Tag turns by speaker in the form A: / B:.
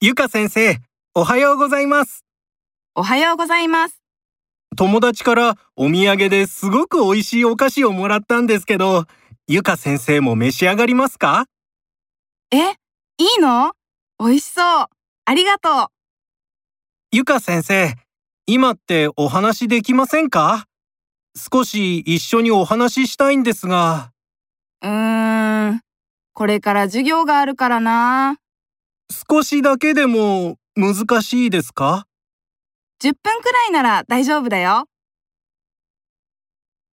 A: ゆか先生、おはようございます。
B: おはようございます。
A: 友達からお土産ですごく美味しいお菓子をもらったんですけど、ゆか先生も召し上がりますか
B: え、いいの美味しそう。ありがとう。
A: ゆか先生、今ってお話できませんか少し一緒にお話ししたいんですが。
B: うーん。これから授業があるからな。
A: 少しだけでも難しいですか
B: 10分くらいなら大丈夫だよ。